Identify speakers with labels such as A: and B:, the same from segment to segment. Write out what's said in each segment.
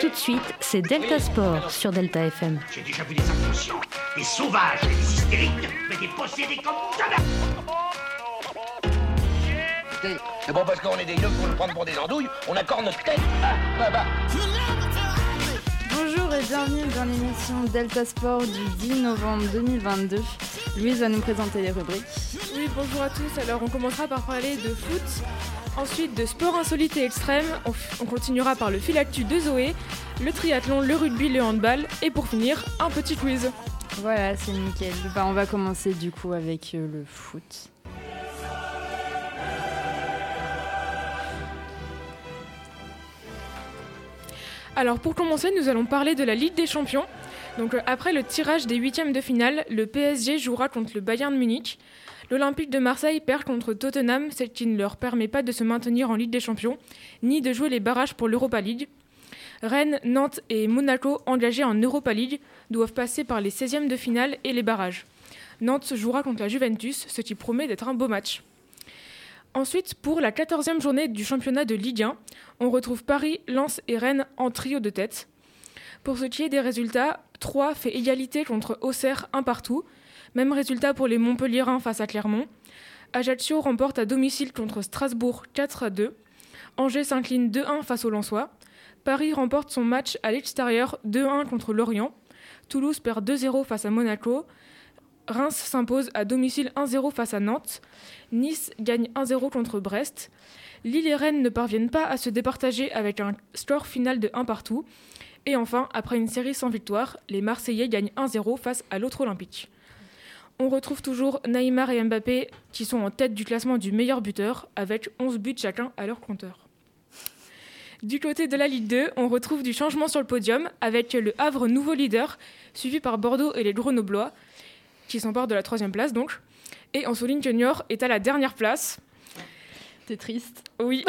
A: Tout de suite, c'est Delta Sport sur Delta FM.
B: J'ai déjà vu des inconscients, des sauvages, des hystériques, mais des possédés comme jamais
C: Écoutez, C'est bon parce qu'on est des yeux pour nous prendre pour des andouilles, on accorde notre tête. Ah, bah, bah.
D: Bonjour et bienvenue dans l'émission Delta Sport du 10 novembre 2022. Louise va nous présenter les rubriques.
E: Oui, bonjour à tous. Alors, on commencera par parler de foot, ensuite de sport insolite et extrême. On, f- on continuera par le fil actu de Zoé, le triathlon, le rugby, le handball, et pour finir, un petit quiz.
D: Voilà, c'est nickel. Bah, on va commencer du coup avec euh, le foot.
E: Alors, pour commencer, nous allons parler de la Ligue des Champions. Donc, euh, après le tirage des huitièmes de finale, le PSG jouera contre le Bayern de Munich. L'Olympique de Marseille perd contre Tottenham, ce qui ne leur permet pas de se maintenir en Ligue des Champions, ni de jouer les barrages pour l'Europa League. Rennes, Nantes et Monaco, engagés en Europa League, doivent passer par les 16e de finale et les barrages. Nantes jouera contre la Juventus, ce qui promet d'être un beau match. Ensuite, pour la 14e journée du championnat de Ligue 1, on retrouve Paris, Lens et Rennes en trio de tête. Pour ce qui est des résultats, 3 fait égalité contre Auxerre, un partout. Même résultat pour les Montpellierins face à Clermont. Ajaccio remporte à domicile contre Strasbourg 4 à 2. Angers s'incline 2-1 face aux Lensois. Paris remporte son match à l'extérieur 2-1 contre Lorient. Toulouse perd 2-0 face à Monaco. Reims s'impose à domicile 1-0 face à Nantes. Nice gagne 1-0 contre Brest. Lille et Rennes ne parviennent pas à se départager avec un score final de 1 partout. Et enfin, après une série sans victoire, les Marseillais gagnent 1-0 face à l'autre Olympique. On retrouve toujours Neymar et Mbappé qui sont en tête du classement du meilleur buteur avec 11 buts chacun à leur compteur. Du côté de la Ligue 2, on retrouve du changement sur le podium avec le Havre nouveau leader, suivi par Bordeaux et les Grenoblois qui s'emparent de la troisième place donc. Et on souligne que Niort est à la dernière place.
D: T'es triste
E: Oui.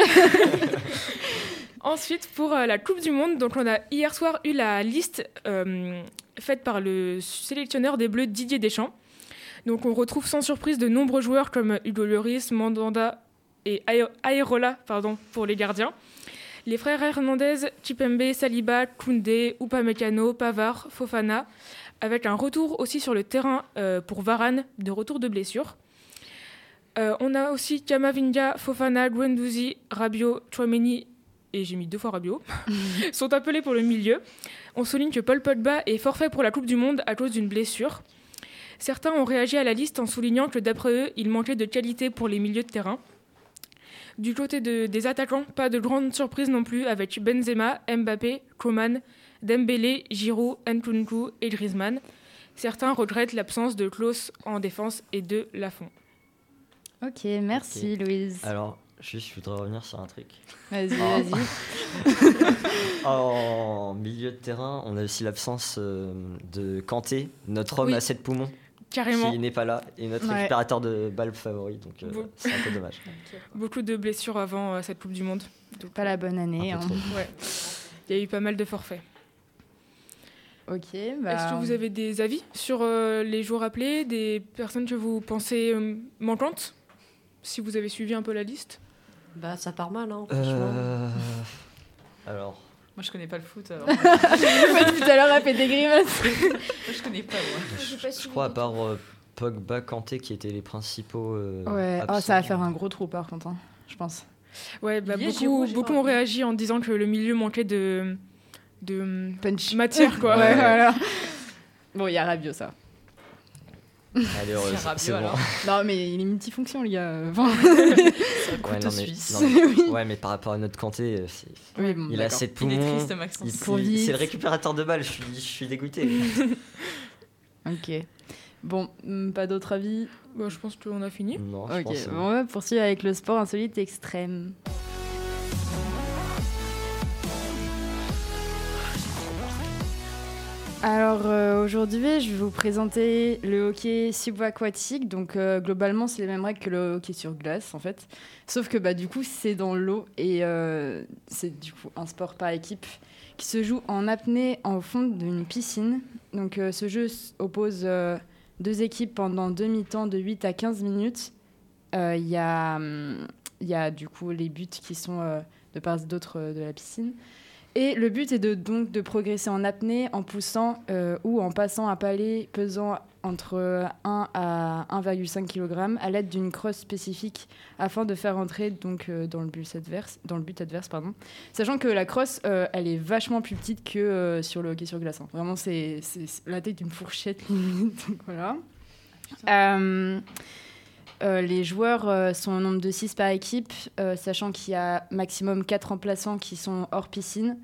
E: Ensuite, pour euh, la Coupe du Monde, donc on a hier soir eu la liste euh, faite par le sélectionneur des Bleus Didier Deschamps. Donc on retrouve sans surprise de nombreux joueurs comme Hugo Lloris, Mandanda et Ae- Aerola pardon, pour les gardiens. Les frères Hernandez, Chipembe, Saliba, Koundé, Upamecano, Pavard, Fofana, avec un retour aussi sur le terrain euh, pour Varane, de retour de blessure. Euh, on a aussi Kamavinga, Fofana, Guendouzi, Rabiot, Chouameni et j'ai mis deux fois Rabiot, sont appelés pour le milieu. On souligne que Paul Pogba est forfait pour la Coupe du Monde à cause d'une blessure. Certains ont réagi à la liste en soulignant que d'après eux, il manquait de qualité pour les milieux de terrain. Du côté de- des attaquants, pas de grande surprise non plus avec Benzema, Mbappé, Coman, Dembélé, Giroud, Nkunku et Griezmann. Certains regrettent l'absence de Klaus en défense et de Lafont.
D: Ok, merci Louise.
F: Alors, juste, je voudrais revenir sur un truc.
D: Vas-y,
F: Ah.
D: vas-y.
F: En milieu de terrain, on a aussi l'absence euh, de Kanté, notre homme
E: Oui.
F: à sept poumons,
E: Carrément,
F: qui n'est pas là, et notre
D: Ouais.
F: récupérateur de balles favori, donc euh,
E: Bon.
F: c'est un peu dommage.
E: beaucoup de blessures avant euh, cette Coupe du Monde. Donc,
D: Pas la bonne
F: Un
D: année.
F: peu
D: hein.
F: trop.
E: Ouais. Il y a eu pas mal de forfaits.
D: Ok, bah.
E: Est-ce que vous avez des avis sur euh, les jours appelés, des personnes que vous pensez euh, manquantes Si vous avez suivi un peu la liste
G: Bah, ça part mal, hein, franchement.
F: Euh, Alors,
H: Moi, je connais pas le foot. Alors...
D: tout à l'heure, elle fait des grimaces.
H: Moi, je connais pas. Moi.
F: je, je crois à part euh, Pogba, Kanté, qui étaient les principaux. euh,
D: Ouais, oh,
F: absents.
D: ça va faire un gros trou par contre, hein, je pense.
E: Ouais, bah,
H: Lié,
E: beaucoup,
H: Giroud, j'ai
E: beaucoup
H: pas
E: ont
H: envie.
E: réagi en disant que le milieu manquait de, de
D: Punch.
E: matière, quoi.
D: Ouais, voilà. Bon, il y a Rabiot, ça.
F: Allez, heureuse,
H: Rabiot,
F: c'est bon.
H: alors.
D: Non, mais il est multifonction, les gars. euh, Enfin,
F: Ouais, non, mais,
H: suisse.
F: non, mais- ouais, mais par rapport à notre Kanté, euh, c'est-
D: oui, bon,
F: il a
D: d'accord.
F: sept
H: Il est
F: poumons.
H: triste, Maxence.
F: il-
D: Pour
F: il-
D: vite.
F: C'est le récupérateur de balles, je suis, je suis dégoûté.
D: Ok. Bon, hmm, pas d'autres avis
E: Bah, je pense qu'on a fini.
F: non, je
D: Ok,
F: pense, euh,
D: bon, on va poursuivre avec le sport insolite extrême. Alors euh, aujourd'hui, je vais vous présenter le hockey subaquatique. Donc euh, globalement, c'est les mêmes règles que le hockey sur glace en fait, sauf que bah du coup, c'est dans l'eau et euh, c'est du coup un sport par équipe qui se joue en apnée en fond d'une piscine. Donc euh, ce jeu s- oppose euh, deux équipes pendant demi-temps de 8 à 15 minutes. Euh, Il y, a, hum, il y a du coup les buts qui sont euh, de part et d'autre euh, de la piscine. Et le but est de, donc de progresser en apnée en poussant euh, ou en passant à palais pesant entre 1 à 1,5 kg à l'aide d'une crosse spécifique afin de faire entrer donc, euh, dans, le but adverse, dans le but adverse. Pardon. Sachant que la crosse, euh, elle est vachement plus petite que euh, sur le hockey sur glace. hein. Vraiment, c'est c'est- c'est la taille d'une fourchette limite. Donc, voilà. Euh, euh, les joueurs euh, sont au nombre de 6 par équipe, euh, sachant qu'il y a maximum 4 remplaçants qui sont hors piscine.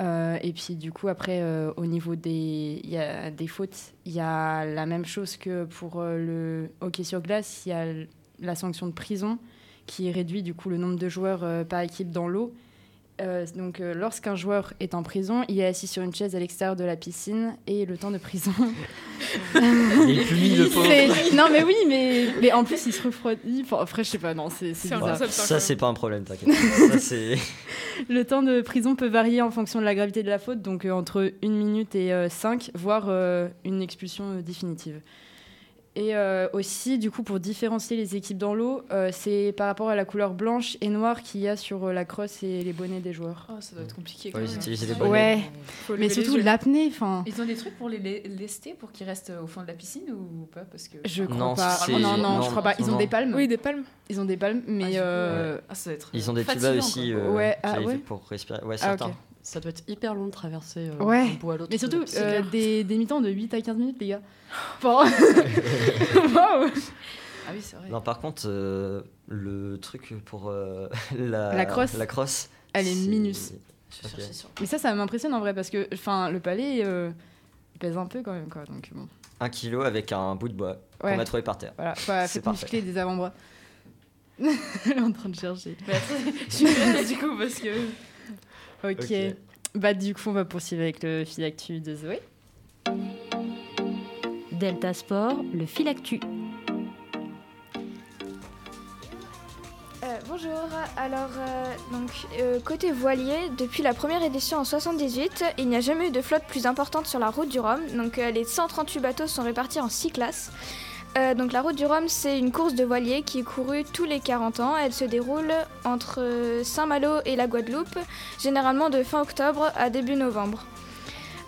D: Euh, et puis du coup, après, euh, au niveau des, il y a des fautes, il y a la même chose que pour euh, le hockey sur glace, il y a l- la sanction de prison qui réduit du coup le nombre de joueurs euh, par équipe dans l'eau. Euh, donc euh, lorsqu'un joueur est en prison, il est assis sur une chaise à l'extérieur de la piscine et le temps de prison
F: Il est plus mine de pauvre.
D: c'est- Non, mais oui, mais, mais en plus, il se refroidit. Enfin, après, je sais pas, non, c'est c'est
E: C'est
D: bizarre.
E: Ça,
F: Ça, c'est pas un problème, t'inquiète. Ça, c'est.
D: Le temps de prison peut varier en fonction de la gravité de la faute, donc euh, entre 1 minute et 5, voire euh, une expulsion euh, définitive. Et euh, aussi, du coup, pour différencier les équipes dans l'eau, euh, c'est par rapport à la couleur blanche et noire qu'il y a sur euh, la crosse et les bonnets des joueurs.
H: Oh, ça doit être compliqué.
F: Ouais,
H: quand
F: ils
H: même.
F: utilisent des
D: bonnets. Ouais.
E: Faut
D: Mais
E: lever les
D: surtout
E: yeux.
D: l'apnée, enfin.
H: Ils ont des trucs pour les le- lester, pour qu'ils restent au fond de la piscine ou pas Parce que.
D: Je crois
F: Non,
D: pas.
F: c'est-
D: Non, non, je
F: non,
D: crois pas. Ils ont
F: non.
D: des palmes.
E: Oui, des palmes.
D: Ils ont des palmes,
H: Ah,
D: mais
H: je-
D: euh,
H: Ah, ça doit être.
F: Ils ont des tubas
H: fatigant,
F: aussi
H: quoi.
F: euh,
D: Ouais, ah,
F: qui-
D: ouais.
F: pour respirer. Ouais,
D: Ah, ok.
F: certains.
G: Ça doit être hyper long de traverser euh,
D: Ouais.
G: d'un bout à l'autre.
D: Mais surtout,
G: C'est
D: euh,
G: clair.
D: des, des mi-temps de 8 à 15 minutes, les gars. Enfin, waouh.
H: Ah oui, c'est vrai.
F: Non, par contre, euh, le truc pour euh, la,
D: La crosse.
F: La crosse.
D: Elle est minus.
G: Je vais chercher sur-
D: Mais ça, ça m'impressionne en vrai, parce que enfin, le palais, euh, il pèse un peu quand même, quoi. Donc, bon.
F: Un kilo avec un bout de bois
D: Ouais.
F: qu'on a trouvé par terre.
D: Voilà, faut-
F: C'est
D: faites
F: parfait.
D: muscler des avant-bras. Elle est en train de chercher.
H: Mais Bah, attends, je suis là du coup parce que.
D: ok. Bah, du coup, on va poursuivre avec le fil actu de Zoé.
A: Delta Sport, le fil actu.
I: Euh, bonjour, alors euh, donc euh, côté voilier, depuis la première édition en 78, il n'y a jamais eu de flotte plus importante sur la route du Rhum. Donc euh, les 138 bateaux sont répartis en 6 classes. Euh, donc la route du Rhum, c'est une course de voilier qui est courue tous les 40 ans. Elle se déroule entre euh, Saint-Malo et la Guadeloupe, généralement de fin octobre à début novembre.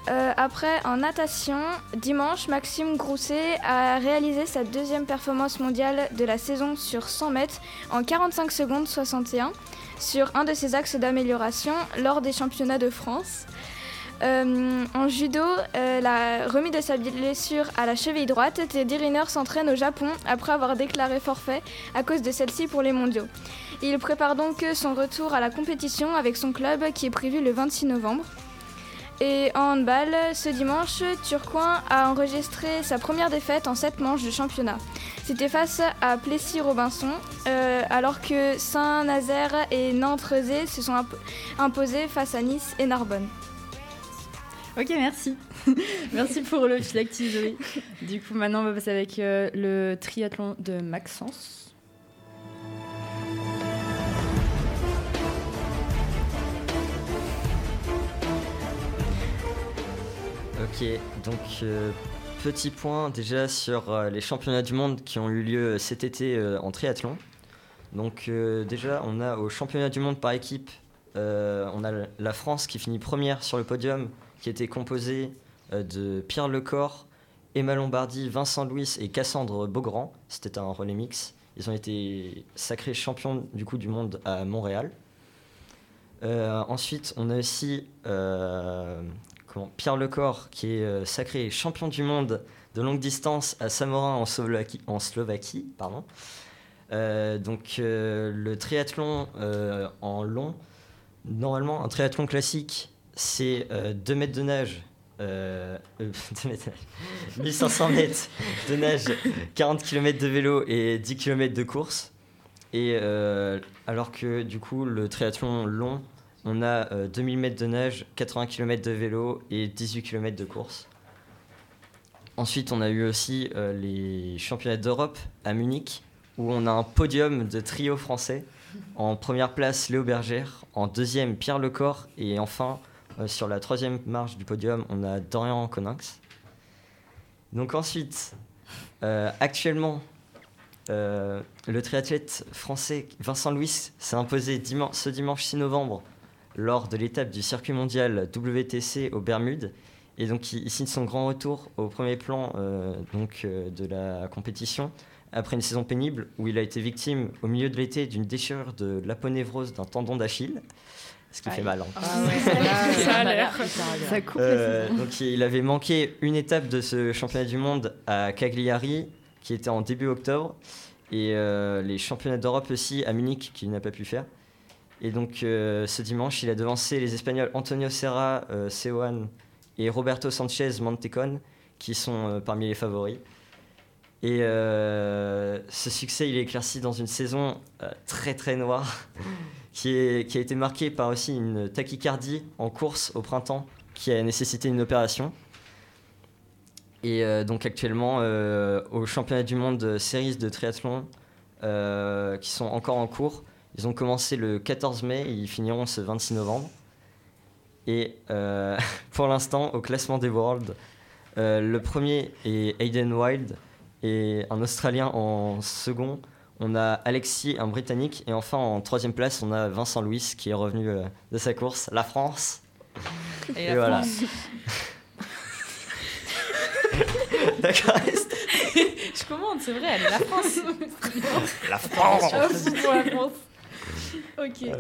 I: Euh, après, en natation, dimanche, Maxime Grousset a réalisé sa deuxième performance mondiale de la saison sur 100 mètres en 45 secondes 61 sur un de ses axes d'amélioration lors des championnats de France. Euh, en judo, euh, la remise de sa blessure à la cheville droite, Teddy Riner s'entraîne au Japon après avoir déclaré forfait à cause de celle-ci pour les mondiaux. Il prépare donc son retour à la compétition avec son club qui est prévu le 26 novembre. Et en handball, ce dimanche, Turcoing a enregistré sa première défaite en 7 manches de championnat. C'était face à Plessis Robinson, euh, alors que Saint-Nazaire et Nantes-Rezé se sont imp- imposés face à Nice et Narbonne.
D: Ok, merci. merci pour le fil actu, Zoé. Du coup, maintenant, on va passer avec euh, le triathlon de Maxence.
F: Ok, donc euh, petit point déjà sur euh, les championnats du monde qui ont eu lieu cet été euh, en triathlon. Donc euh, déjà, on a au championnat du monde par équipe, euh, on a l- la France qui finit première sur le podium, qui était composée euh, de Pierre Lecor, Emma Lombardi, Vincent Louis et Cassandre Beaugrand. C'était un relais mix. Ils ont été sacrés champions du coup du monde à Montréal. Euh, ensuite, on a aussi euh, comment, Pierre Lecor, qui est euh, sacré champion du monde de longue distance à Samorin en Slovaquie. en Slovaquie, pardon. Euh, donc euh, le triathlon euh, en long, normalement un triathlon classique, c'est 2 mètres de nage, euh, euh, deux mètres de nage, 1500 mètres de nage, 40 km de vélo et 10 km de course. Et euh, alors que du coup le triathlon long, on a euh, 2000 mètres de nage, 80 km de vélo et 18 km de course. Ensuite, on a eu aussi euh, les championnats d'Europe à Munich, où on a un podium de trio français. En première place, Léo Bergère. En deuxième, Pierre Lecor. Et enfin, euh, sur la troisième marche du podium, on a Dorian Coninx. Donc ensuite, euh, actuellement, Euh, le triathlète français Vincent Louis s'est imposé diman- ce dimanche 6 novembre lors de l'étape du circuit mondial WTC aux Bermudes. Et donc, il, il signe son grand retour au premier plan euh, donc, euh, de la compétition après une saison pénible où il a été victime au milieu de l'été d'une déchirure de l'aponévrose d'un tendon d'Achille, ce qui fait
G: Aïe.
F: mal.
H: Ah,
F: hein.
D: Ah,
E: Ça a l'air.
D: Ça coupe la saison.
F: Euh, donc il avait manqué une étape de ce championnat du monde à Cagliari, qui était en début octobre, et euh, les championnats d'Europe aussi à Munich, qu'il n'a pas pu faire. Et donc euh, ce dimanche, il a devancé les Espagnols Antonio Serra, euh, Seoane et Roberto Sanchez Mantecon, qui sont euh, parmi les favoris. Et euh, ce succès, il est éclairci dans une saison euh, très très noire, qui, est- qui a été marquée par aussi une tachycardie en course au printemps qui a nécessité une opération. Et euh, donc actuellement, euh, au championnat du monde de séries de triathlon, euh, qui sont encore en cours, ils ont commencé le 14 mai et ils finiront ce 26 novembre. Et euh, pour l'instant, au classement des Worlds, euh, le premier est Hayden Wild et un Australien en second. On a Alexis, un Britannique. Et enfin, en troisième place, on a Vincent Louis qui est revenu euh, de sa course. La France.
H: Et
F: Et
H: la
F: voilà.
H: France,
F: D'accord.
H: je commande, c'est vrai, elle est la France.
C: La France
D: Ok,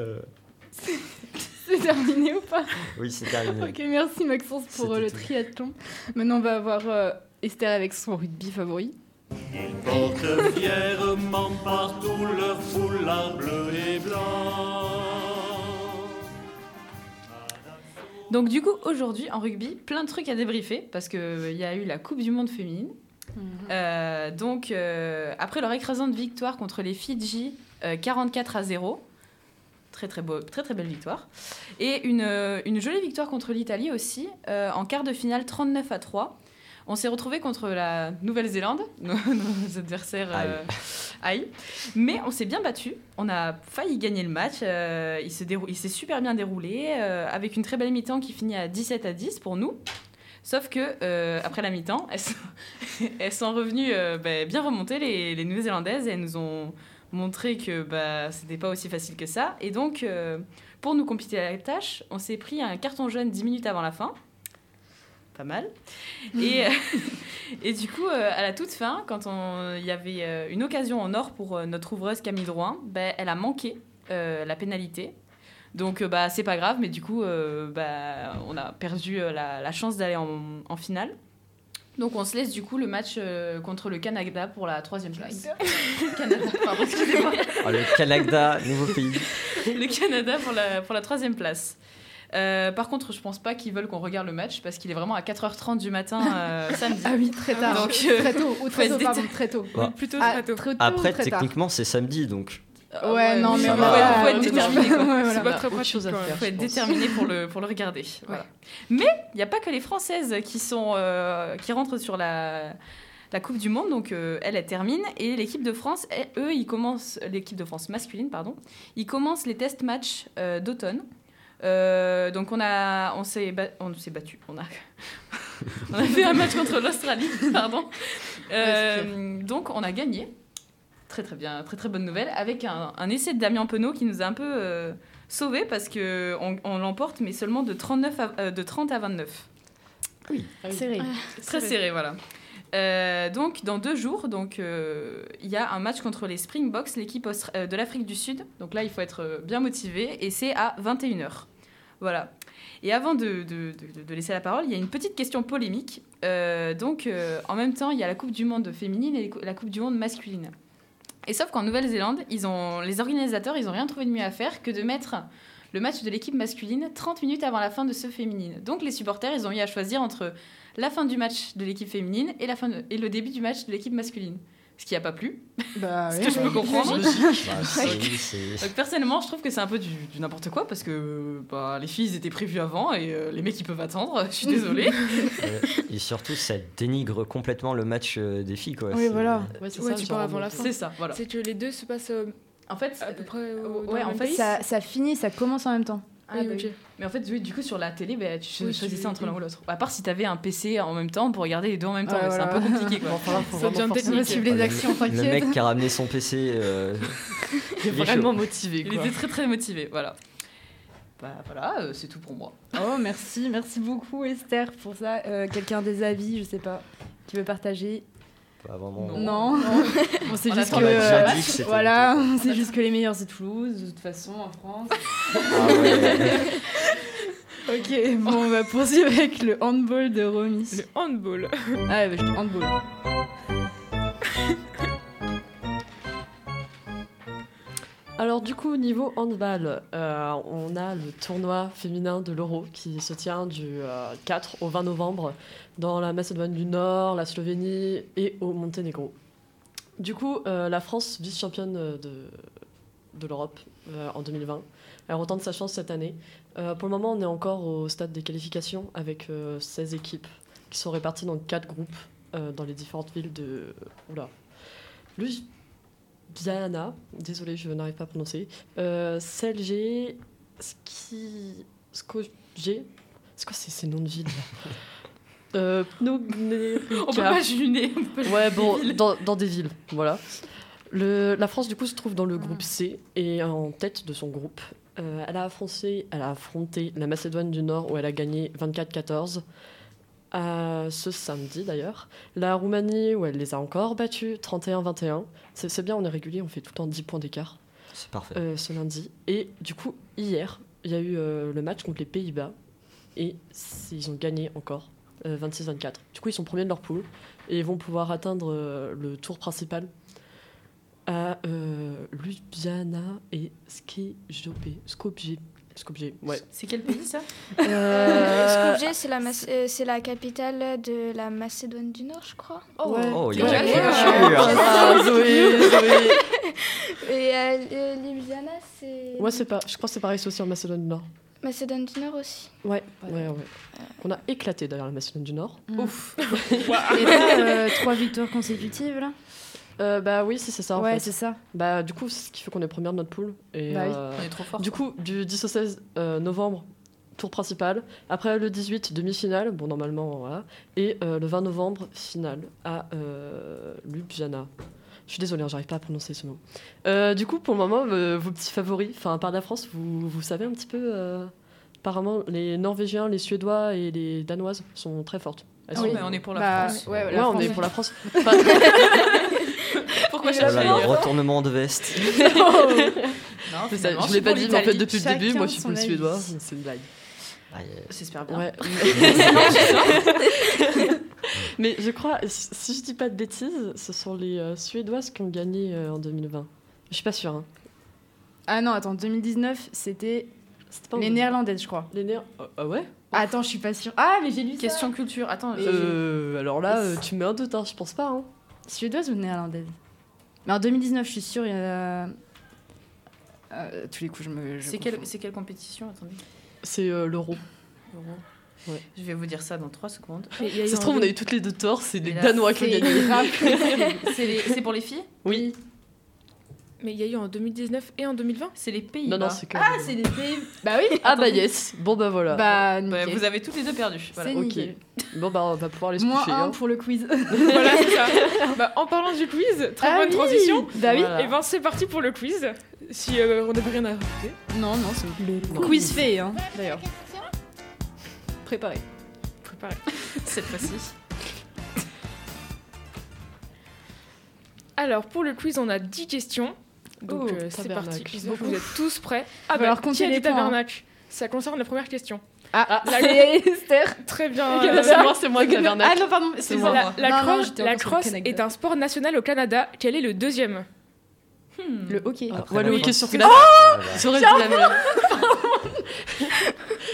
D: c'est terminé ou pas
F: Oui, c'est terminé.
D: Ok, merci Maxence pour euh, le
F: C'était tout.
D: triathlon. Maintenant, on va avoir euh, Esther avec son rugby favori.
J: Ils portent fièrement partout leur foulard bleu et blanc.
H: Donc du coup, aujourd'hui, en rugby, plein de trucs à débriefer, parce qu'il y a eu la Coupe du Monde féminine. Euh, donc, euh, après leur écrasante victoire contre les Fidji, euh, 44 à 0, très très, beau, très très belle victoire, et une, euh, une jolie victoire contre l'Italie aussi, euh, en quart de finale 39 à 3. On s'est retrouvé contre la Nouvelle-Zélande, nos nos adversaires euh, aïe. mais on s'est bien battu. On a failli gagner le match. euh, il s'est dérou- il s'est super bien déroulé, euh, avec une très belle mi-temps qui finit à 17 à 10 pour nous. Sauf que euh, après la mi-temps, elles sont, elles sont revenues euh, bah, bien remontées les, les Néo-Zélandaises et elles nous ont montré que bah, c'était pas aussi facile que ça. Et donc, euh, pour nous compliquer la tâche, on s'est pris un carton jaune 10 minutes avant la fin. Pas mal. Et, euh, et du coup, euh, à la toute fin, quand on- il y avait euh, une occasion en or pour euh, notre ouvreuse Camille Drouin, bah, elle a manqué euh, la pénalité. Donc euh, bah, c'est pas grave, mais du coup, euh, bah, on a perdu euh, la, la chance d'aller en, en finale. Donc on se laisse du coup le match euh, contre le Canada pour la troisième place. Canada, pardon, excusez-moi.
F: Ah, le Canada, nouveau pays.
H: le Canada pour la, pour la troisième place. Euh, par contre, je pense pas qu'ils veulent qu'on regarde le match parce qu'il est vraiment à 4h30 du matin euh, samedi.
D: Ah oui, très tard.
H: Donc, euh,
D: Très tôt, ou très
H: faut
D: tôt,
H: se
D: pardon, très tôt.
F: Bah,
E: Plutôt
D: Ah,
E: très tôt.
D: très tôt
F: Après,
D: ou très tard
F: techniquement, c'est samedi, donc.
H: Ah
D: Ouais, non, mais
F: ça
D: on
F: va.
D: va
H: faut
D: pas
H: être déterminé. quoi.
E: C'est
H: Voilà.
E: pas très
G: autre
E: pratique.
G: chose à
E: quoi.
G: faire.
H: faut
G: je
H: être
G: pense.
H: déterminé pour le, pour le regarder. Voilà. Mais il n'y a pas que les Françaises qui, sont, euh, qui rentrent sur la, la Coupe du Monde. Donc, euh, elle, elle termine. Et l'équipe de France, elle- eux, ils commencent, l'équipe de France masculine, pardon, ils commencent les test matchs euh, d'automne. Euh, donc, on, a, on s'est ba- on s'est battu. On a, on a fait un match contre l'Australie, pardon. Euh, donc, on a gagné. Très très bien, très très bonne nouvelle, avec un, un essai de Damien Penaud qui nous a un peu euh, sauvé parce que on, on l'emporte, mais seulement de, 39 à- euh, de 30 à 29.
D: Serré.
G: Ah.
H: Très serré, voilà. Euh, donc, dans deux jours, donc euh, il y a un match contre les Springboks, l'équipe austra- euh, de l'Afrique du Sud. Donc là, il faut être euh, bien motivé et c'est à 21h. Voilà. Et avant de, de- de- de laisser la parole, il y a une petite question polémique. Euh, donc, euh, en même temps, il y a la Coupe du Monde féminine et la Coupe du Monde masculine. Et sauf qu'en Nouvelle-Zélande, ils ont, les organisateurs, ils n'ont rien trouvé de mieux à faire que de mettre le match de l'équipe masculine 30 minutes avant la fin de ce féminine. Donc les supporters, ils ont eu à choisir entre la fin du match de l'équipe féminine et, la fin de- et le début du match de l'équipe masculine. Ce qui n'a pas plu.
E: Ah
D: Bah,
H: ce que je peux comprendre.
F: Bah, c'est- c'est-
H: Donc personnellement, je trouve que c'est un peu du, du n'importe quoi parce que bah, les filles, ils étaient prévues avant et euh, les mecs, ils peuvent attendre. Je suis désolée.
F: euh, et surtout, ça dénigre complètement le match euh, des filles, quoi.
D: Oui,
F: C'est-
D: voilà.
G: Ouais, c'est
E: Ouais,
G: ça,
E: tu
G: genre,
E: parles avant
G: on-
E: la fin.
H: c'est ça, voilà. Ah,
E: C'est que les deux se passent euh,
H: En fait,
E: à peu près. euh,
H: Ouais,
E: dans le
H: en
E: même
H: fait,
E: pays.
D: Ça, ça finit, ça commence en même temps.
H: Ah, bah oui. Mais en fait, oui, du coup, sur la télé, bah, tu cho- choisissais entre l'un ou l'autre. À part si t'avais un PC en même temps pour regarder les deux en même temps,
D: Ouais,
H: mais c'est un
D: voilà.
H: peu compliqué. Quoi.
G: Enfin, là, faut
H: Ça
G: vraiment
H: devient
G: forcer.
H: technique.
G: suivre
F: Ah,
G: les
F: le-
G: actions,
F: Le
G: t'inquiète.
F: mec qui a ramené son PC. euh,
G: Il est
F: il est
G: vraiment motivé.
H: Il
G: quoi.
H: était très très motivé, voilà. Bah voilà, euh, c'est tout pour moi.
D: Oh, merci, merci beaucoup Esther pour ça. Euh, Quelqu'un des avis, je sais pas, qui veut partager
F: pas vraiment.
D: Non, on sait
H: On
D: juste
H: attend
D: que
H: la
D: euh,
F: Jadis, c'était
D: voilà, c'est juste que les meilleurs c'est Toulouse de toute façon en France.
F: Ah ouais.
D: ok, bon, on va poursuivre avec le handball de Romy.
E: Le handball.
D: Ah, ouais, bah, je dis handball.
G: Alors du coup, au niveau handball, euh, on a le tournoi féminin de l'Euro qui se tient du euh, 4 au 20 novembre dans la Macédoine du Nord, la Slovénie et au Monténégro. Du coup, euh, la France, vice-championne euh, de, de l'Europe euh, en 2020, elle retente sa chance cette année. Euh, pour le moment, on est encore au stade des qualifications avec euh, 16 équipes qui sont réparties dans 4 groupes euh, dans les différentes villes de... Oula. Luz- Viana, désolé, je n'arrive pas à prononcer. Euh, Selge, Ski, Skogé. C'est quoi ces, ces noms de villes là euh, Pnognerica.
H: On peut pas juner. on peut-
G: Ouais, bon, dans, dans des villes, voilà. Le- la France, du coup, se trouve dans le groupe C et en tête de son groupe. Euh, elle, a affronté, elle a affronté la Macédoine du Nord où elle a gagné 24-14, euh, ce samedi d'ailleurs. La Roumanie où elle les a encore battus 31-21. C'est c'est bien, on est régulier, on fait tout le temps 10 points d'écart.
F: C'est parfait.
G: Euh, ce lundi. Et du coup, hier, il y a eu euh, le match contre les Pays-Bas. Et c'est- ils ont gagné encore euh, 26-24. Du coup, ils sont premiers de leur poule. Et ils vont pouvoir atteindre euh, le tour principal à euh, Ljubljana et Skopje. Skopje. Skopje, ouais.
H: C'est quel pays ça
G: Euh,
I: Skopje, c'est la, Mac- euh, c'est la capitale de la Macédoine du Nord, je crois.
G: ouais.
F: Oh, il y a
H: Déjà,
F: la
G: Ouais.
F: culture.
G: Ah, Zoé, Euh, Zoé.
I: Et euh, euh, Ljubljana, c'est.
G: Ouais, c'est pas. Je crois que c'est pareil, c'est aussi en Macédoine du Nord.
I: Macédoine du Nord aussi.
G: Ouais, ouais, ouais. On a éclaté d'ailleurs la Macédoine du Nord.
H: Ouf.
D: Et t'as euh, trois victoires consécutives là
G: Euh, bah oui, si, c'est ça en
D: Ouais,
G: fait.
D: c'est ça.
G: Bah, du coup, c'est ce qui fait qu'on est première de notre poule. Et,
D: Bah oui.
G: euh,
H: On est trop fort.
G: du coup, du 10 au 16 euh, novembre, tour principal. Après le 18, demi-finale. Bon, normalement, voilà. Et euh, le 20 novembre, finale à euh, Ljubljana. Je suis désolée, hein, j'arrive pas à prononcer ce nom. Euh, du coup, pour le moment, euh, vos petits favoris, enfin, par la France, vous, vous savez un petit peu. euh, apparemment, les Norvégiens, les Suédois et les Danoises sont très fortes. Elles
H: Ah
G: sont-
H: oui, mais on est pour la
D: Bah,
H: France.
D: Ouais,
G: Ouais,
D: la
G: on est
D: France.
G: pour la France. Enfin,
H: Pourquoi
F: Oh
H: chercher
F: là, le retournement de veste.
H: Non,
G: Mais ça,
H: finalement,
G: je
H: je
G: vous
H: suis
G: l'ai pas
H: pour
G: dit, mais en fait,
H: l'Italie.
G: depuis le début, moi, je suis
D: son
G: pour le
D: avis.
G: suédois. C'est une blague.
F: Aïe, aïe.
H: J'espère bien.
G: Ouais. mais je crois, si si je dis pas de bêtises, ce sont les euh, Suédoises qui ont gagné euh, en 2020. Je suis pas sûre. hein.
D: Ah non, attends, 2019, c'était
G: C'était pas en
D: les
G: 2020.
D: Néerlandaises, je crois.
G: Les Néer- Ah- Ah ouais
D: Attends, je suis pas sûre. Ah, mais j'ai lu ça.
H: Question culture. Attends, j'ai-
G: Euh, Alors là, euh, tu mets un doute, hein, je pense pas. hein.
D: Suédoise ou néerlandaise Mais en 2019, je suis sûre, il y en a. Euh, tous les coups, je me. je
H: c'est quelle,
D: confonds.
H: c'est quelle compétition Attendez.
G: C'est euh, l'euro.
H: Euro.
G: Ouais.
H: Je vais vous dire ça dans 3 secondes.
G: Ça se trouve, on a eu toutes les deux torts, c'est les
H: Et là,
G: Danois qui ont
D: c'est
G: gagné.
D: grave.
H: C'est les- c'est pour les filles
G: Oui.
E: Mais il y a eu en 2019 et en 2020.
H: C'est les pays.
G: Non, non, c'est que.
H: Ah, c'est les pays.
D: Bah oui
G: Ah bah yes. Bon bah voilà.
D: Bah,
H: Bah,
D: nickel.
H: vous avez toutes les deux perdu. Voilà.
D: C'est
G: ok.
D: nickel.
G: Bon bah on va pouvoir les se
D: Moins
G: coucher.
D: un
G: hein.
D: pour le quiz.
E: voilà, c'est ça. Bah, en parlant du quiz, très
D: Ah
E: bonne
D: oui
E: transition.
D: Bah oui
G: Voilà.
E: Et ben c'est parti pour le quiz. Si euh, on n'avait rien à rajouter.
D: Non, non, c'est quiz fait, hein, d'ailleurs. Préparé.
E: Préparé.
H: Cette fois-ci.
E: Alors pour le quiz, on a 10 questions. Donc
G: Oh,
E: euh, c'est
G: tabernacle.
E: parti. Donc vous êtes tous prêts. Ah
D: falloir compter
E: qui a
D: les
E: dit
D: points, hein.
E: tabernacle Ça concerne la première question.
D: Ah, c'est Esther
E: Très bien.
G: Ah,
E: euh,
G: c'est moi, c'est moi le
D: Ah
G: tabernacle.
D: non, pardon, c'est
G: moi.
E: la, la
D: Non, non,
E: crosse,
D: j'étais
E: la
D: encore sur
E: crosse
D: le Canada.
E: est un sport national au Canada. Quel est le deuxième
D: Le hockey.
F: Après,
G: Ouais, le
F: la
G: hockey
D: Oh,
G: sur glace.
F: Ah, voilà.
G: J'aurais dit la même.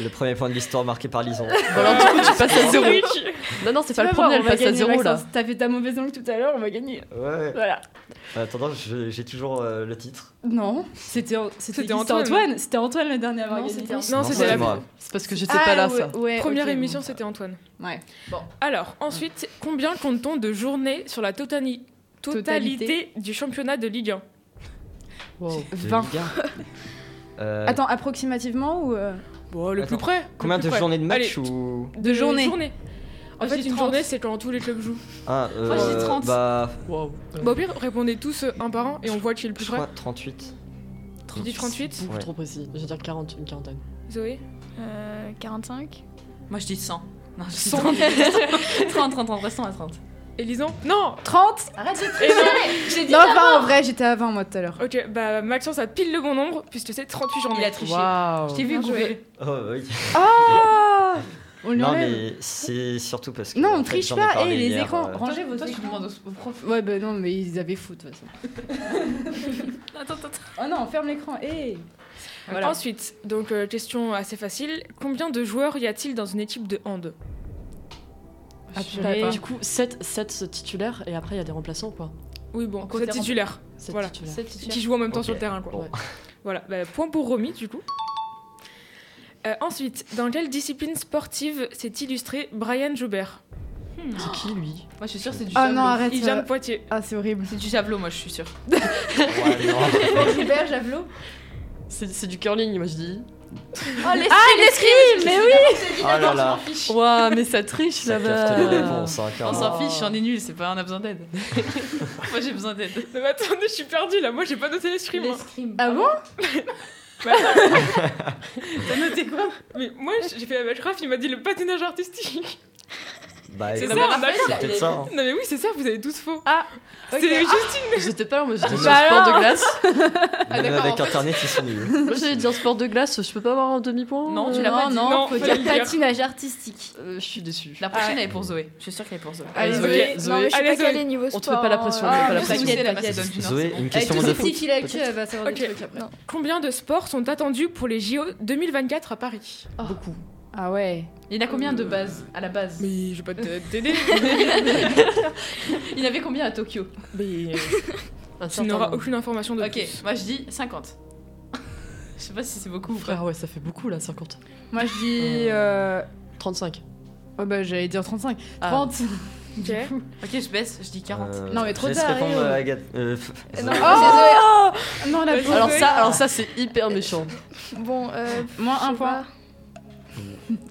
F: Le premier point de l'histoire marqué par Lison.
G: Alors du coup, tu passes à zéro.
E: Eric.
G: Non, non, c'est pas le premier, elle passe à zéro là.
D: T'as fait ta mauvaise langue tout à l'heure, on va gagner.
F: Ouais.
D: Voilà.
F: En attendant, je- j'ai toujours euh, le titre.
D: Non, c'était en- c'était
E: C'était
D: qui C'était
E: Antoine.
D: Antoine. C'était Antoine le dernier à avoir
G: Non,
D: gagné.
G: c'était
E: Non,
F: c'est
E: c'était la
F: moi.
G: C'est parce que j'étais pas là,
D: Ah, ouais,
G: ça.
F: Eh,
D: ouais,
E: première
D: ok, bon.
E: émission, c'était Antoine.
D: Ouais.
E: Alors ensuite, combien compte-t-on de journées sur la totali- totalité,
D: Totalité.
E: du championnat de Ligue 1
G: Wow.
F: De
D: 20.
F: Ligue un. Euh,
D: Attends, approximativement ou euh,
E: Bon, le
F: Attends.
E: plus près.
F: Combien
E: le
F: de
E: plus près.
F: journées de match
E: Allez.
F: ou
D: De journées.
E: En
D: Moi, je
E: fait,
D: dis
E: une
D: 30.
E: journée, c'est quand tous les clubs jouent.
F: Ah,
H: Moi, je dis 30.
F: Bah,
G: Waouh.
E: Bah, au pire, répondez tous euh, un par un et on voit qui est le plus
F: je
E: près.
F: crois 38.
E: Tu dis 38
G: Beaucoup
F: Ouais.
G: trop précis. Je vais dire 40, une quarantaine.
E: Zoé
I: euh, 45
H: Moi, je dis 100. Non, je dis
E: 100.
H: 30. 30, 30, 30, restons à 30.
E: Élisant Non
D: 30
H: Arrête de
E: Et non
H: J'ai dit
D: Non, pas en vrai, j'étais à 20 moi tout à l'heure.
E: Ok, bah Maxence a pile le bon nombre puisque c'est 38 journées.
H: Il a triché. Je
G: Waouh.
H: t'ai vu
E: Bien joué.
H: googler.
F: Oh, oui.
D: Ah On lui
F: Non,
D: enlève.
F: mais c'est surtout parce que.
D: Non, on
F: en fait,
D: triche
F: j'en ai
D: pas.
F: parlé
D: Eh, les
F: hier,
D: écrans,
F: euh,
D: rangez
H: Toi, tu demandes aux aux profs.
D: Ouais, bah non, mais ils avaient fou de toute façon.
H: Attends, attends, attends.
D: Oh non, on ferme l'écran. Eh. Hey Voilà.
E: Ensuite, donc euh, question assez facile combien de joueurs y a-t-il dans une équipe de hand
D: Ah,
G: Je sais
D: purée.
G: pas. Du coup, 7, 7 titulaires et après il y a des remplaçants ou quoi
E: Oui, bon,
H: Encore
E: c'est
H: des
E: titulaire
G: Sept
E: Voilà.
G: titulaires.
H: Cette petite
E: qui joue en même temps
F: Ok.
E: sur le terrain, quoi.
F: Bon.
G: Ouais.
E: Voilà, bah, point pour Romy du coup. Euh, ensuite, dans quelle discipline sportive s'est illustré Brian Joubert
G: C'est qui lui
H: Moi, je suis sûre, c'est du
D: Oh
H: javelot.
D: non, arrête.
E: Il vient
D: euh,
E: de Poitiers.
D: Ah, c'est horrible.
H: C'est du javelot, moi, je suis sûre.
F: ouais, non.
D: Hubert Javelot
G: C'est c'est du curling, moi je dis.
H: Oh, ah, l'escrime Mais oui
F: Oh là là.
G: Ouah, mais ça triche
F: Ça
G: là-bas.
F: capte les réponses, hein,
H: On
F: clairement.
G: Oh.
H: s'en fiche, on est nul, c'est pas on a besoin d'aide. moi, j'ai besoin d'aide.
E: Non, mais attendez, je suis perdue là, moi j'ai pas noté l'escrime. hein.
D: Ah bon
H: T'as noté quoi
E: Mais moi j'ai fait la graphe, il m'a dit le patinage artistique.
F: Bah,
E: C'est
F: écoute,
E: ça,
H: mais
E: on a-
H: Raphaël,
F: c'est peut-être ça. hein.
E: Non mais oui, c'est ça, vous avez tous faux.
D: Ah,
E: C'est
D: ok.
E: juste
G: J'étais pas là, moi je dis
F: Bah
G: sport de glace.
F: Même
H: d'accord,
F: avec
H: en fait.
F: internet, ils sont nuls.
G: Moi j'allais dire sport de glace, je peux pas avoir un demi-point
H: Non,
G: euh,
H: tu l'as pas dit.
E: non,
H: Non.
E: faut dire
A: patinage artistique.
G: euh, Je suis déçue.
H: La prochaine, elle est pour Zoé. Je suis sûre qu'elle est pour Zoé.
D: Allez,
G: Zoé,
D: Zoé.
G: Zoé.
I: Non, mais je suis
E: Allez,
I: pas
E: Zoé.
I: calée niveau
G: On
I: sport. hein.
G: te fait pas la pression, on te
D: Ah,
G: fait la
D: mais
G: pression.
D: t'inquiète,
H: la
D: t'inquiète.
H: Macédoine du Nord, c'est
F: Zoé,
H: bon.
F: une
D: Avec
F: question
D: tous
F: de
D: ces
F: foot.
D: petits fils actuels,
F: peut-être
D: elle va savoir des
E: Ok.
D: trucs après.
I: Ah, Non.
E: Combien de sports sont attendus pour les JO 2024 à Paris
G: Beaucoup.
D: Ah ouais.
H: Il y en a combien de bases À la base
E: Mais je vais pas te- t'aider.
H: Il y en avait combien à Tokyo
E: Mais
G: euh, Un
E: tu
G: certain
E: n'auras
G: nombre.
E: aucune information de
H: Ok,
E: plus.
H: moi je dis 50. Je sais pas si c'est beaucoup ou pas.
G: Ah ouais, ça fait beaucoup là, 50.
D: Moi, je dis. Euh...
G: 35.
D: Oh bah, j'allais dire 35.
G: Ah.
D: 30.
E: Ok.
H: Ok, je baisse, je dis 40.
F: Euh,
D: Non, mais trop
F: je laisse
D: tard,
F: répondre,
D: Rio.
F: euh, Agathe. Euh, f-
I: Non,
F: Zoé.
D: Oh Non, la
E: Vas-y.
F: Euh,
D: pauvre.
G: Alors ça, alors ça c'est hyper méchant.
I: Bon, euh,
D: Moins
I: je
D: un
I: sais
D: point.
I: pas,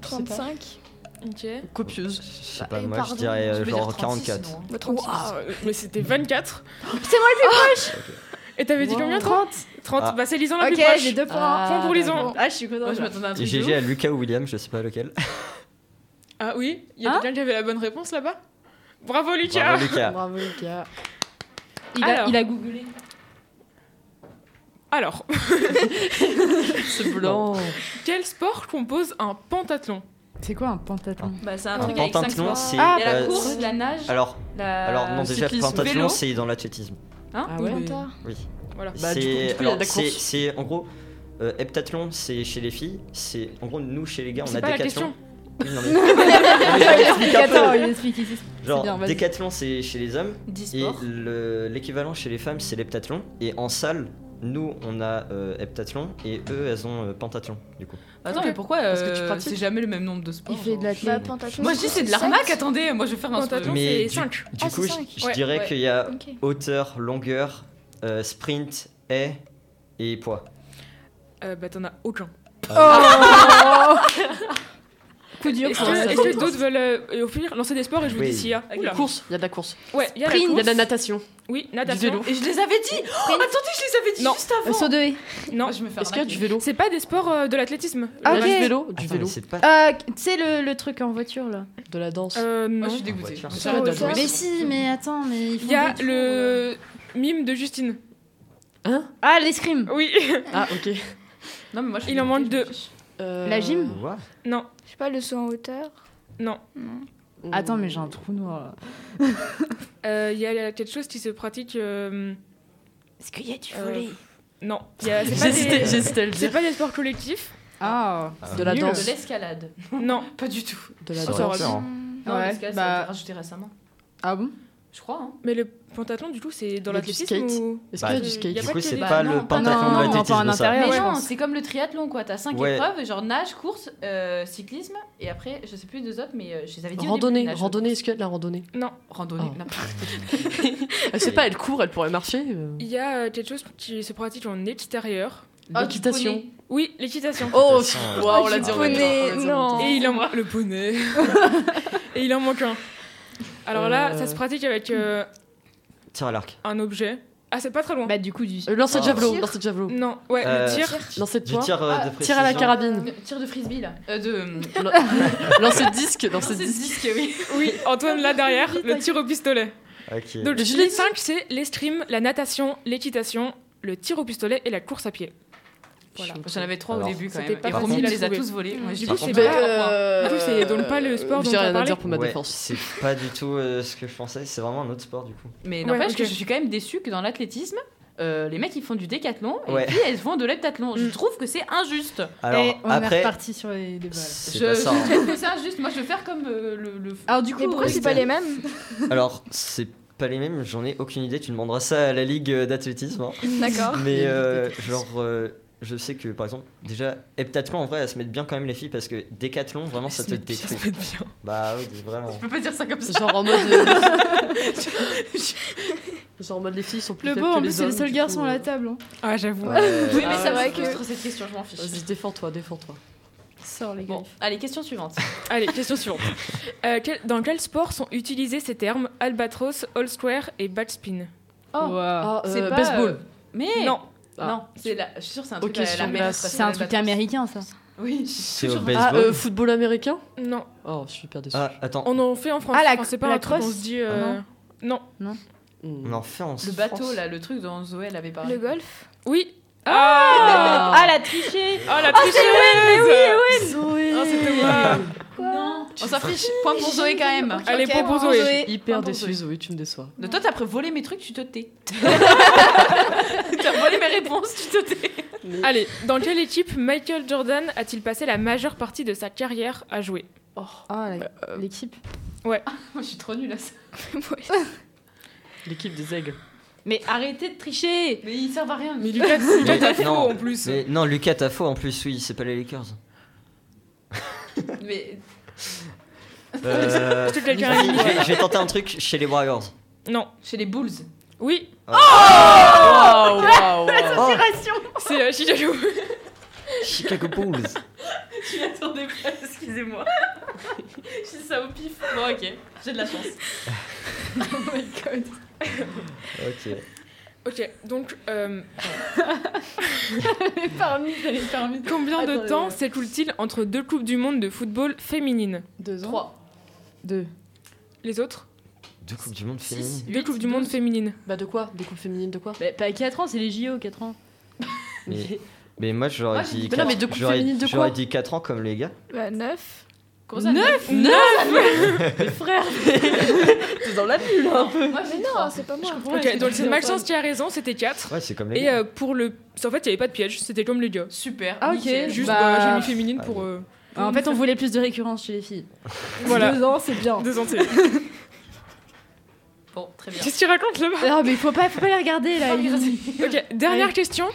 I: 35
E: Ok.
G: Copieuse.
F: Je sais pas,
I: Eh,
F: moi
I: pardon,
F: je dirais
H: Je
F: euh,
H: vais dire
F: genre
H: 36,
F: 44.
H: sinon, hein.
I: bah, 36.
E: Waouh, Ah, euh, mais c'était 24.
I: C'est moi le
E: Et t'avais dit
G: Wow.
E: combien
D: 30.
E: 30.
F: Ah.
E: Bah c'est Lisan la
D: Ok,
E: plus proche.
D: j'ai deux points.
G: Ah,
E: Point pour Lisan.
D: Ah, je suis
H: Moi
D: contente.
H: je m'attendais à un
F: Et
H: truc. de
F: GG
H: ouf.
F: à Lucas ou William, je sais pas lequel.
E: Ah oui, il y a
D: Hein
E: quelqu'un qui avait la bonne réponse là-bas Bravo Lucas
F: Bravo Lucas.
G: Bravo Lucas.
D: Il a,
E: Alors.
D: il a googlé.
E: Alors,
G: C'est blanc.
E: quel sport compose un pentathlon
D: C'est quoi un pentathlon
H: Bah,
I: Ah,
H: c'est un
F: Un
H: truc avec 5
F: pentathlon,
H: sports.
F: c'est.
D: Ah,
H: Il y a la
F: euh,
H: course, la nage,
F: Alors,
H: la.
F: alors non, déjà,
H: Euh, cyclisme,
F: pentathlon,
H: vélo.
F: c'est dans l'athlétisme.
H: Hein
G: Ah ouais.
I: bâtard.
F: Oui.
E: Voilà.
G: Bah, du coup, du coup, il y
F: C'est
G: a
F: alors,
G: de la
F: c'est-
G: course.
F: c'est- en gros. euh, heptathlon, c'est chez les filles. C'est en gros nous chez les gars, on
E: C'est
F: a
E: pas la
F: décathlon.
E: question.
F: Oui, non, mais- Non,
G: Ah,
F: mais je t'explique un peu.
D: Attends, il explique ici.
F: Genre
D: bien, vas-y.
F: décathlon, c'est chez les hommes
H: 10
F: et
H: sports.
F: le- l'équivalent chez les femmes, c'est l'heptathlon. Et en salle, nous on a euh, heptathlon et eux elles ont euh, pentathlon du coup.
H: Attends,
E: Ok.
H: mais pourquoi
G: Parce que tu
H: euh,
G: pratiques.
H: c'est jamais le même nombre de sports
D: Il fait de
H: genre.
D: la
I: Bah, pentathlon,
H: Moi je dis c'est de
I: sept.
H: l'arnaque, attendez, moi je vais faire un
E: Pentathlon,
H: sport.
E: c'est
F: Mais du-
E: 5.
F: Du
I: Ah,
F: coup,
I: c'est
F: je,
I: cinq.
F: je
E: Ouais,
F: dirais
E: ouais.
F: qu'il y a
I: Ok.
F: hauteur, longueur, euh, sprint, haie et poids.
E: Euh, bah t'en as aucun.
D: Oh Coup dur.
E: Est-ce
D: pour
E: que,
D: ça.
E: est-ce que d'autres veulent euh, et au pire lancer des sports et je vous
F: Oui.
E: dis s'il y a Oula.
G: Course, il y a de la course.
E: Ouais, il y a la
G: Il y a
E: course.
G: de la natation.
E: Oui,
G: Du
E: natation.
G: vélo.
H: Et je les avais dit Oh, Attendez, je les avais dit
E: Non.
H: juste avant
D: Euh, saut de haie.
E: Non,
H: Moi, je me fais
G: Est-ce qu'il y a du
H: arnaquer.
G: vélo
E: c'est pas des sports euh, de l'athlétisme.
G: Il
D: Ah,
G: y a
D: ok.
G: du vélo, du
F: Attends,
G: vélo,
F: mais c'est pas
D: Euh, tu sais, le, le truc en voiture là.
G: de la danse.
E: Euh, non.
H: Moi je suis dégoûtée.
G: Ah,
F: voiture.
H: J'arrête de
I: Sur
H: jouer.
I: hauteur.
D: Mais si, mais attends, mais
E: Il y a
G: euh.
E: le mime de Justine.
G: Hein
D: Ah, l'escrime.
E: Oui.
G: Ah ok.
H: Non, mais moi je suis
E: Il en manque
H: dégoûtée,
E: deux.
H: je suis-
G: Euh,
D: La gym
F: Ouah.
E: non,
I: Je sais pas, le saut en hauteur.
E: non.
G: hmm.
D: Attends, mais j'ai un trou noir là.
E: Euh, Il y a quelque chose qui se pratique. euh,
D: Est-ce qu'il y a du
E: Euh, Non, Il y a- c'est pas,
G: J'hésitais,
E: des...
G: j'hésitais à le
E: c'est
G: dire.
E: pas des sports collectifs.
D: Ah,
G: De la
E: nul.
G: danse.
H: De l'escalade.
E: Non,
H: Pas du tout.
G: De la
F: Ça
G: danse.
F: aurait pu, hein.
I: Hmm.
H: Non,
D: Ouais,
H: l'escalade, ça a
D: bah-
H: été rajouté récemment.
D: ah bon
H: Je crois, hein.
E: mais le pentathlon du coup c'est dans
G: Il y a du
E: l'athlétisme
G: skate.
E: ou
G: Est-ce qu'il y a
F: Bah,
G: du skate
E: y a
F: Du
E: pas
F: coup,
E: que
F: c'est
E: les-
F: pas
H: Bah, non,
F: le
H: pas-
D: Ah non, non,
F: pentathlon de
D: on parle en
F: l'athlétisme. ça.
D: intérieur.
H: Mais
D: Ouais.
H: non, c'est comme le triathlon, quoi. T'as 5
F: Ouais.
H: épreuves, genre nage, course, euh, cyclisme, et après, je sais plus des autres, mais euh, je les avais dit. au début,
G: Randonnée,
H: nage,
G: randonnée, est-ce qu'il y a de la randonnée
E: Non,
H: course, Randonnée,
G: Ah.
H: n'importe
G: Je sais pas, elle court, elle pourrait marcher. euh.
E: il y a euh, quelque chose qui se pratique en extérieur.
H: Ah,
G: L'équitation.
E: Oui, l'équitation.
G: Oh,
F: L'équitation,
G: pff,
F: euh,
G: waouh, on
F: du
G: l'a dit en
F: poney,
G: même temps, on l'a dit en même temps.
E: Et il en manque le poney. Et il en manque un. Alors là,
G: Euh.
E: ça se pratique avec euh,
F: Tir à l'arc.
E: un objet. Ah, c'est pas très loin.
H: Bah, du coup, du.
G: Euh, Lancer de
F: Oh.
G: javelot,
I: Tir.
G: lancer de javelot.
E: non, ouais,
F: Euh,
E: le tir.
G: Lancer de
F: Du
G: poing.
F: tir euh,
H: Ah,
F: de
G: Tir à la
F: précision.
G: carabine.
H: Tire de frisbee, là. Euh, de.
G: Lancer de disque, lancer de
H: C'est
G: disque.
H: disque, oui.
E: Oui, Antoine, là derrière, le tir au pistolet.
F: Ok.
E: Donc,
G: Le
E: les 5, c'est l'escrime, la natation, l'équitation, le tir au pistolet et la course à pied. Voilà.
H: J'en avais trois au
F: Alors,
H: début quand
E: c'était
H: même.
E: pas
H: Et
F: facile
H: Romy
F: à
H: les a
E: trouver.
H: tous volés. Moi,
E: Du
H: j'ai
E: coup,
H: pas
E: c'est
H: trouvé.
E: pas-
G: euh,
E: En plus, c'est donc pas le sport
G: euh,
E: dont
G: J'ai
E: on
G: rien à
E: parlait.
G: dire pour ma
F: Ouais,
G: défense.
F: C'est pas du tout euh, ce que je pensais. C'est vraiment un autre sport du coup.
E: Ouais,
H: Mais n'empêche
E: ok.
H: que je suis quand même déçue que dans l'athlétisme, euh, les mecs ils font du décathlon et
F: Ouais.
H: puis elles font de l'heptathlon. Je
E: Mm.
H: trouve que c'est injuste.
F: Alors
D: Et on est
F: après,
D: reparti sur les débats. là.
F: c'est
H: Je,
F: pas
H: je
F: ça. hein.
H: trouve que c'est injuste. Moi je veux faire comme euh, le. le-
D: Alors du coup,
I: Mais pourquoi c'est pas les mêmes
F: Alors c'est pas les mêmes. J'en ai aucune idée. Tu demanderas ça à la ligue euh, d'athlétisme. hein.
I: D'accord.
F: Mais euh, genre, euh, je sais que par exemple, déjà heptathlon en vrai, elles se mettent bien quand même les filles parce que décathlon vraiment ça te détruit. Bah oui, vraiment.
H: Je peux pas dire ça comme ça.
G: Genre en mode. euh, Genre en mode les filles sont plus
D: le beau,
G: faibles que
D: en
G: les
D: plus, c'est le
G: hommes,
D: seul
G: du
D: garçon
G: coup,
D: à la
G: euh,
D: table. hein.
E: Ah, j'avoue.
F: Ouais.
H: Oui, mais
G: Ah,
H: ça
I: ouais,
H: me
I: que-
H: frustre cette question, je m'en fiche.
G: Vas-y, défends-toi, défends-toi.
D: Sors les gars.
H: Bon, allez, question suivante.
E: Allez, question suivante. Euh, quel- dans quel sport sont utilisés ces termes albatros, all square et backspin
G: Ah,
H: c'est
G: euh,
H: pas,
G: baseball.
H: Mais.
E: Non,
G: Ah.
H: Non, c'est la... je suis sûre que c'est un
G: Ok,
H: truc à la-
G: sur
H: la mer,
G: glace.
H: parce que
D: C'est un
H: la
D: truc
H: bateau-
D: américain, ça.
H: Oui,
F: C'est au
G: Ah,
F: baseball.
G: euh, football américain
E: non.
G: Oh, je suis hyper déçue.
F: Ah, attends.
E: On en fait en France.
D: Ah, la-
E: Enfin, c'est pas
D: la
E: un truc, on
D: crosse
E: se dit.
H: Ah
E: euh, Non.
G: Mm.
F: On en fait en
H: le bateau
F: France.
H: là, le truc dont Zoé elle avait parlé.
I: Le golf
E: Oui. Ah
G: Ah,
H: la trichée
E: Ah, la tricheuse
G: Zoé
E: Ah, c'était moi.
H: Non Oh, On s'en fiche, point pour Zoé quand même
E: Allez, point pour
G: Je
E: Zoé.
G: suis hyper
H: Pardon,
G: déçue,
H: Zoé.
G: Zoé, tu me déçois.
H: De toi, t'as volé mes trucs, tu te tais. t'as volé mes réponses, tu te tais.
E: Allez, dans quelle équipe Michael Jordan a-t-il passé la majeure partie de sa carrière à jouer
G: Oh.
D: Ah, la- l'équipe.
H: Je suis trop nulle à ça.
G: L'équipe des aigles.
H: Mais arrêtez de tricher Mais ils servent à rien.
E: Mais Lucas, Lucas,
F: Mais-
E: t'as faux
F: non,
E: en plus.
F: Mais non, Lucas, t'as faux en plus, oui, c'est pas les Lakers.
H: Mais
F: Euh,
E: Est-ce que quelqu'un a une idée
F: J'ai tenté un truc chez les Warriors.
E: Non.
H: chez les Bulls.
E: Oui,
G: Oh, Waouh, waouh, waouh.
F: Oh,
E: c'est euh, Chicago.
F: Chicago Bulls.
H: Tu l'attendais pas, excusez-moi. Je dis ça au pif. Bon, ok, j'ai de la chance.
F: Ok.
E: Ok, donc euh,
H: Les parmi, t'as les parmi.
E: combien de
H: Attendez,
E: temps
H: ouais.
E: s'écoule-t-il entre deux Coupes du Monde de football féminine
D: Deux ans.
H: Trois.
D: Deux.
E: Les autres
F: Deux coupes du monde
H: Six.
F: féminines.
E: Deux
H: Huit,
E: Coupes du Monde
H: douze.
E: féminines.
G: Bah de quoi Des coupes féminines de quoi
D: Bah, pas 4 ans, c'est les JO, 4 ans.
F: Mais, mais moi j'aurais
H: Moi, j'ai
F: dit.
G: Mais
H: dit-
G: non,
F: quatre-
G: mais deux coupes
F: j'aurais-
G: féminines de quoi
F: J'aurais dit 4 ans comme les gars.
I: Bah, 9.
H: Comment ça Neuf
G: Frère T'es dans la bulle un peu
H: Moi,
I: Mais
H: j'ai
I: non, c'est pas moi.
E: Ok, donc c'est Maxence qui a raison, c'était 4.
F: Ouais, c'est comme les
E: Et
F: gars.
E: euh, pour le. En fait, il n'y avait pas de piège, c'était comme les gars.
H: Super.
D: Ah, ok.
H: nickel.
E: Juste,
D: Bah,
E: bah, j'ai mis féminine pour.
F: allez.
E: euh,
D: Ah, en fait, on voulait plus de récurrence chez les filles.
E: voilà.
D: Deux ans, c'est bien.
E: Deux ans, c'est-
H: Bon, très bien.
E: Qu'est-ce qu'il raconte là-bas
D: Non, Ah, mais faut pas, faut pas les regarder
G: Ah,
D: là. Elise.
E: Ok, dernière question.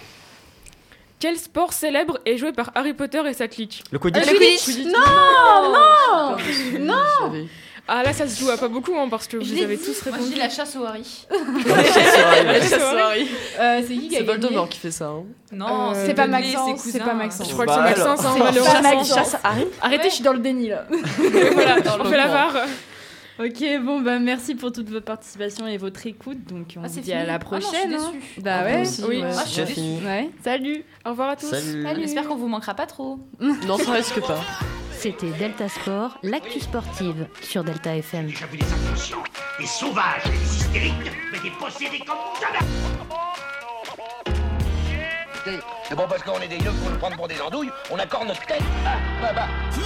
E: Quel sport célèbre est joué par Harry Potter et sa clique
F: Le coup du
I: Le Quidditch
G: Non Non
E: Ah là, ça se joue à pas beaucoup, hein, parce que
D: Je
E: vous
D: l'ai
E: avez
D: dit.
E: tous
H: Moi, je
E: répondu.
H: dis la chasse au Harry.
E: La chasse aux
G: Sorry.
D: Euh, c'est qui qui a
G: C'est
D: gagné
G: Voldemort qui fait ça. hein.
H: Non,
E: Euh,
D: C'est pas
H: Dudley,
D: Maxence,
H: ses
D: c'est pas
H: cousins.
D: Maxence.
E: Je crois que c'est Maxence, hein,
D: Pas Maxence.
E: malheureusement.
D: Arrêtez, je suis dans le déni là.
E: Voilà,
G: Dans
E: on
G: le
E: fait la
G: camp.
E: barre.
D: Ok, bon bah merci pour toute votre participation et votre écoute. Donc on
H: Ah,
D: se
H: c'est
D: dit à
H: fini.
D: la
H: Ah non, je suis
D: prochaine. hein.
H: déçue.
D: Bah
G: Ah,
D: ouais.
G: moi aussi,
E: oui.
G: ouais.
H: Ah, je
F: C'est déjà fini.
D: Ouais. Salut.
E: Au revoir à tous.
F: Salut.
H: On espère qu'on vous manquera pas trop.
G: Non, ça risque pas.
A: C'était Delta Sport, l'actu sportive sur Delta FM.
B: J'ai vu des inconscients, des sauvages, des hystériques, mais des possédés comme jamais
C: C'est bon, parce qu'on est des yeux pour nous prendre pour des andouilles, on accorde notre tête. Ah, bah, bah.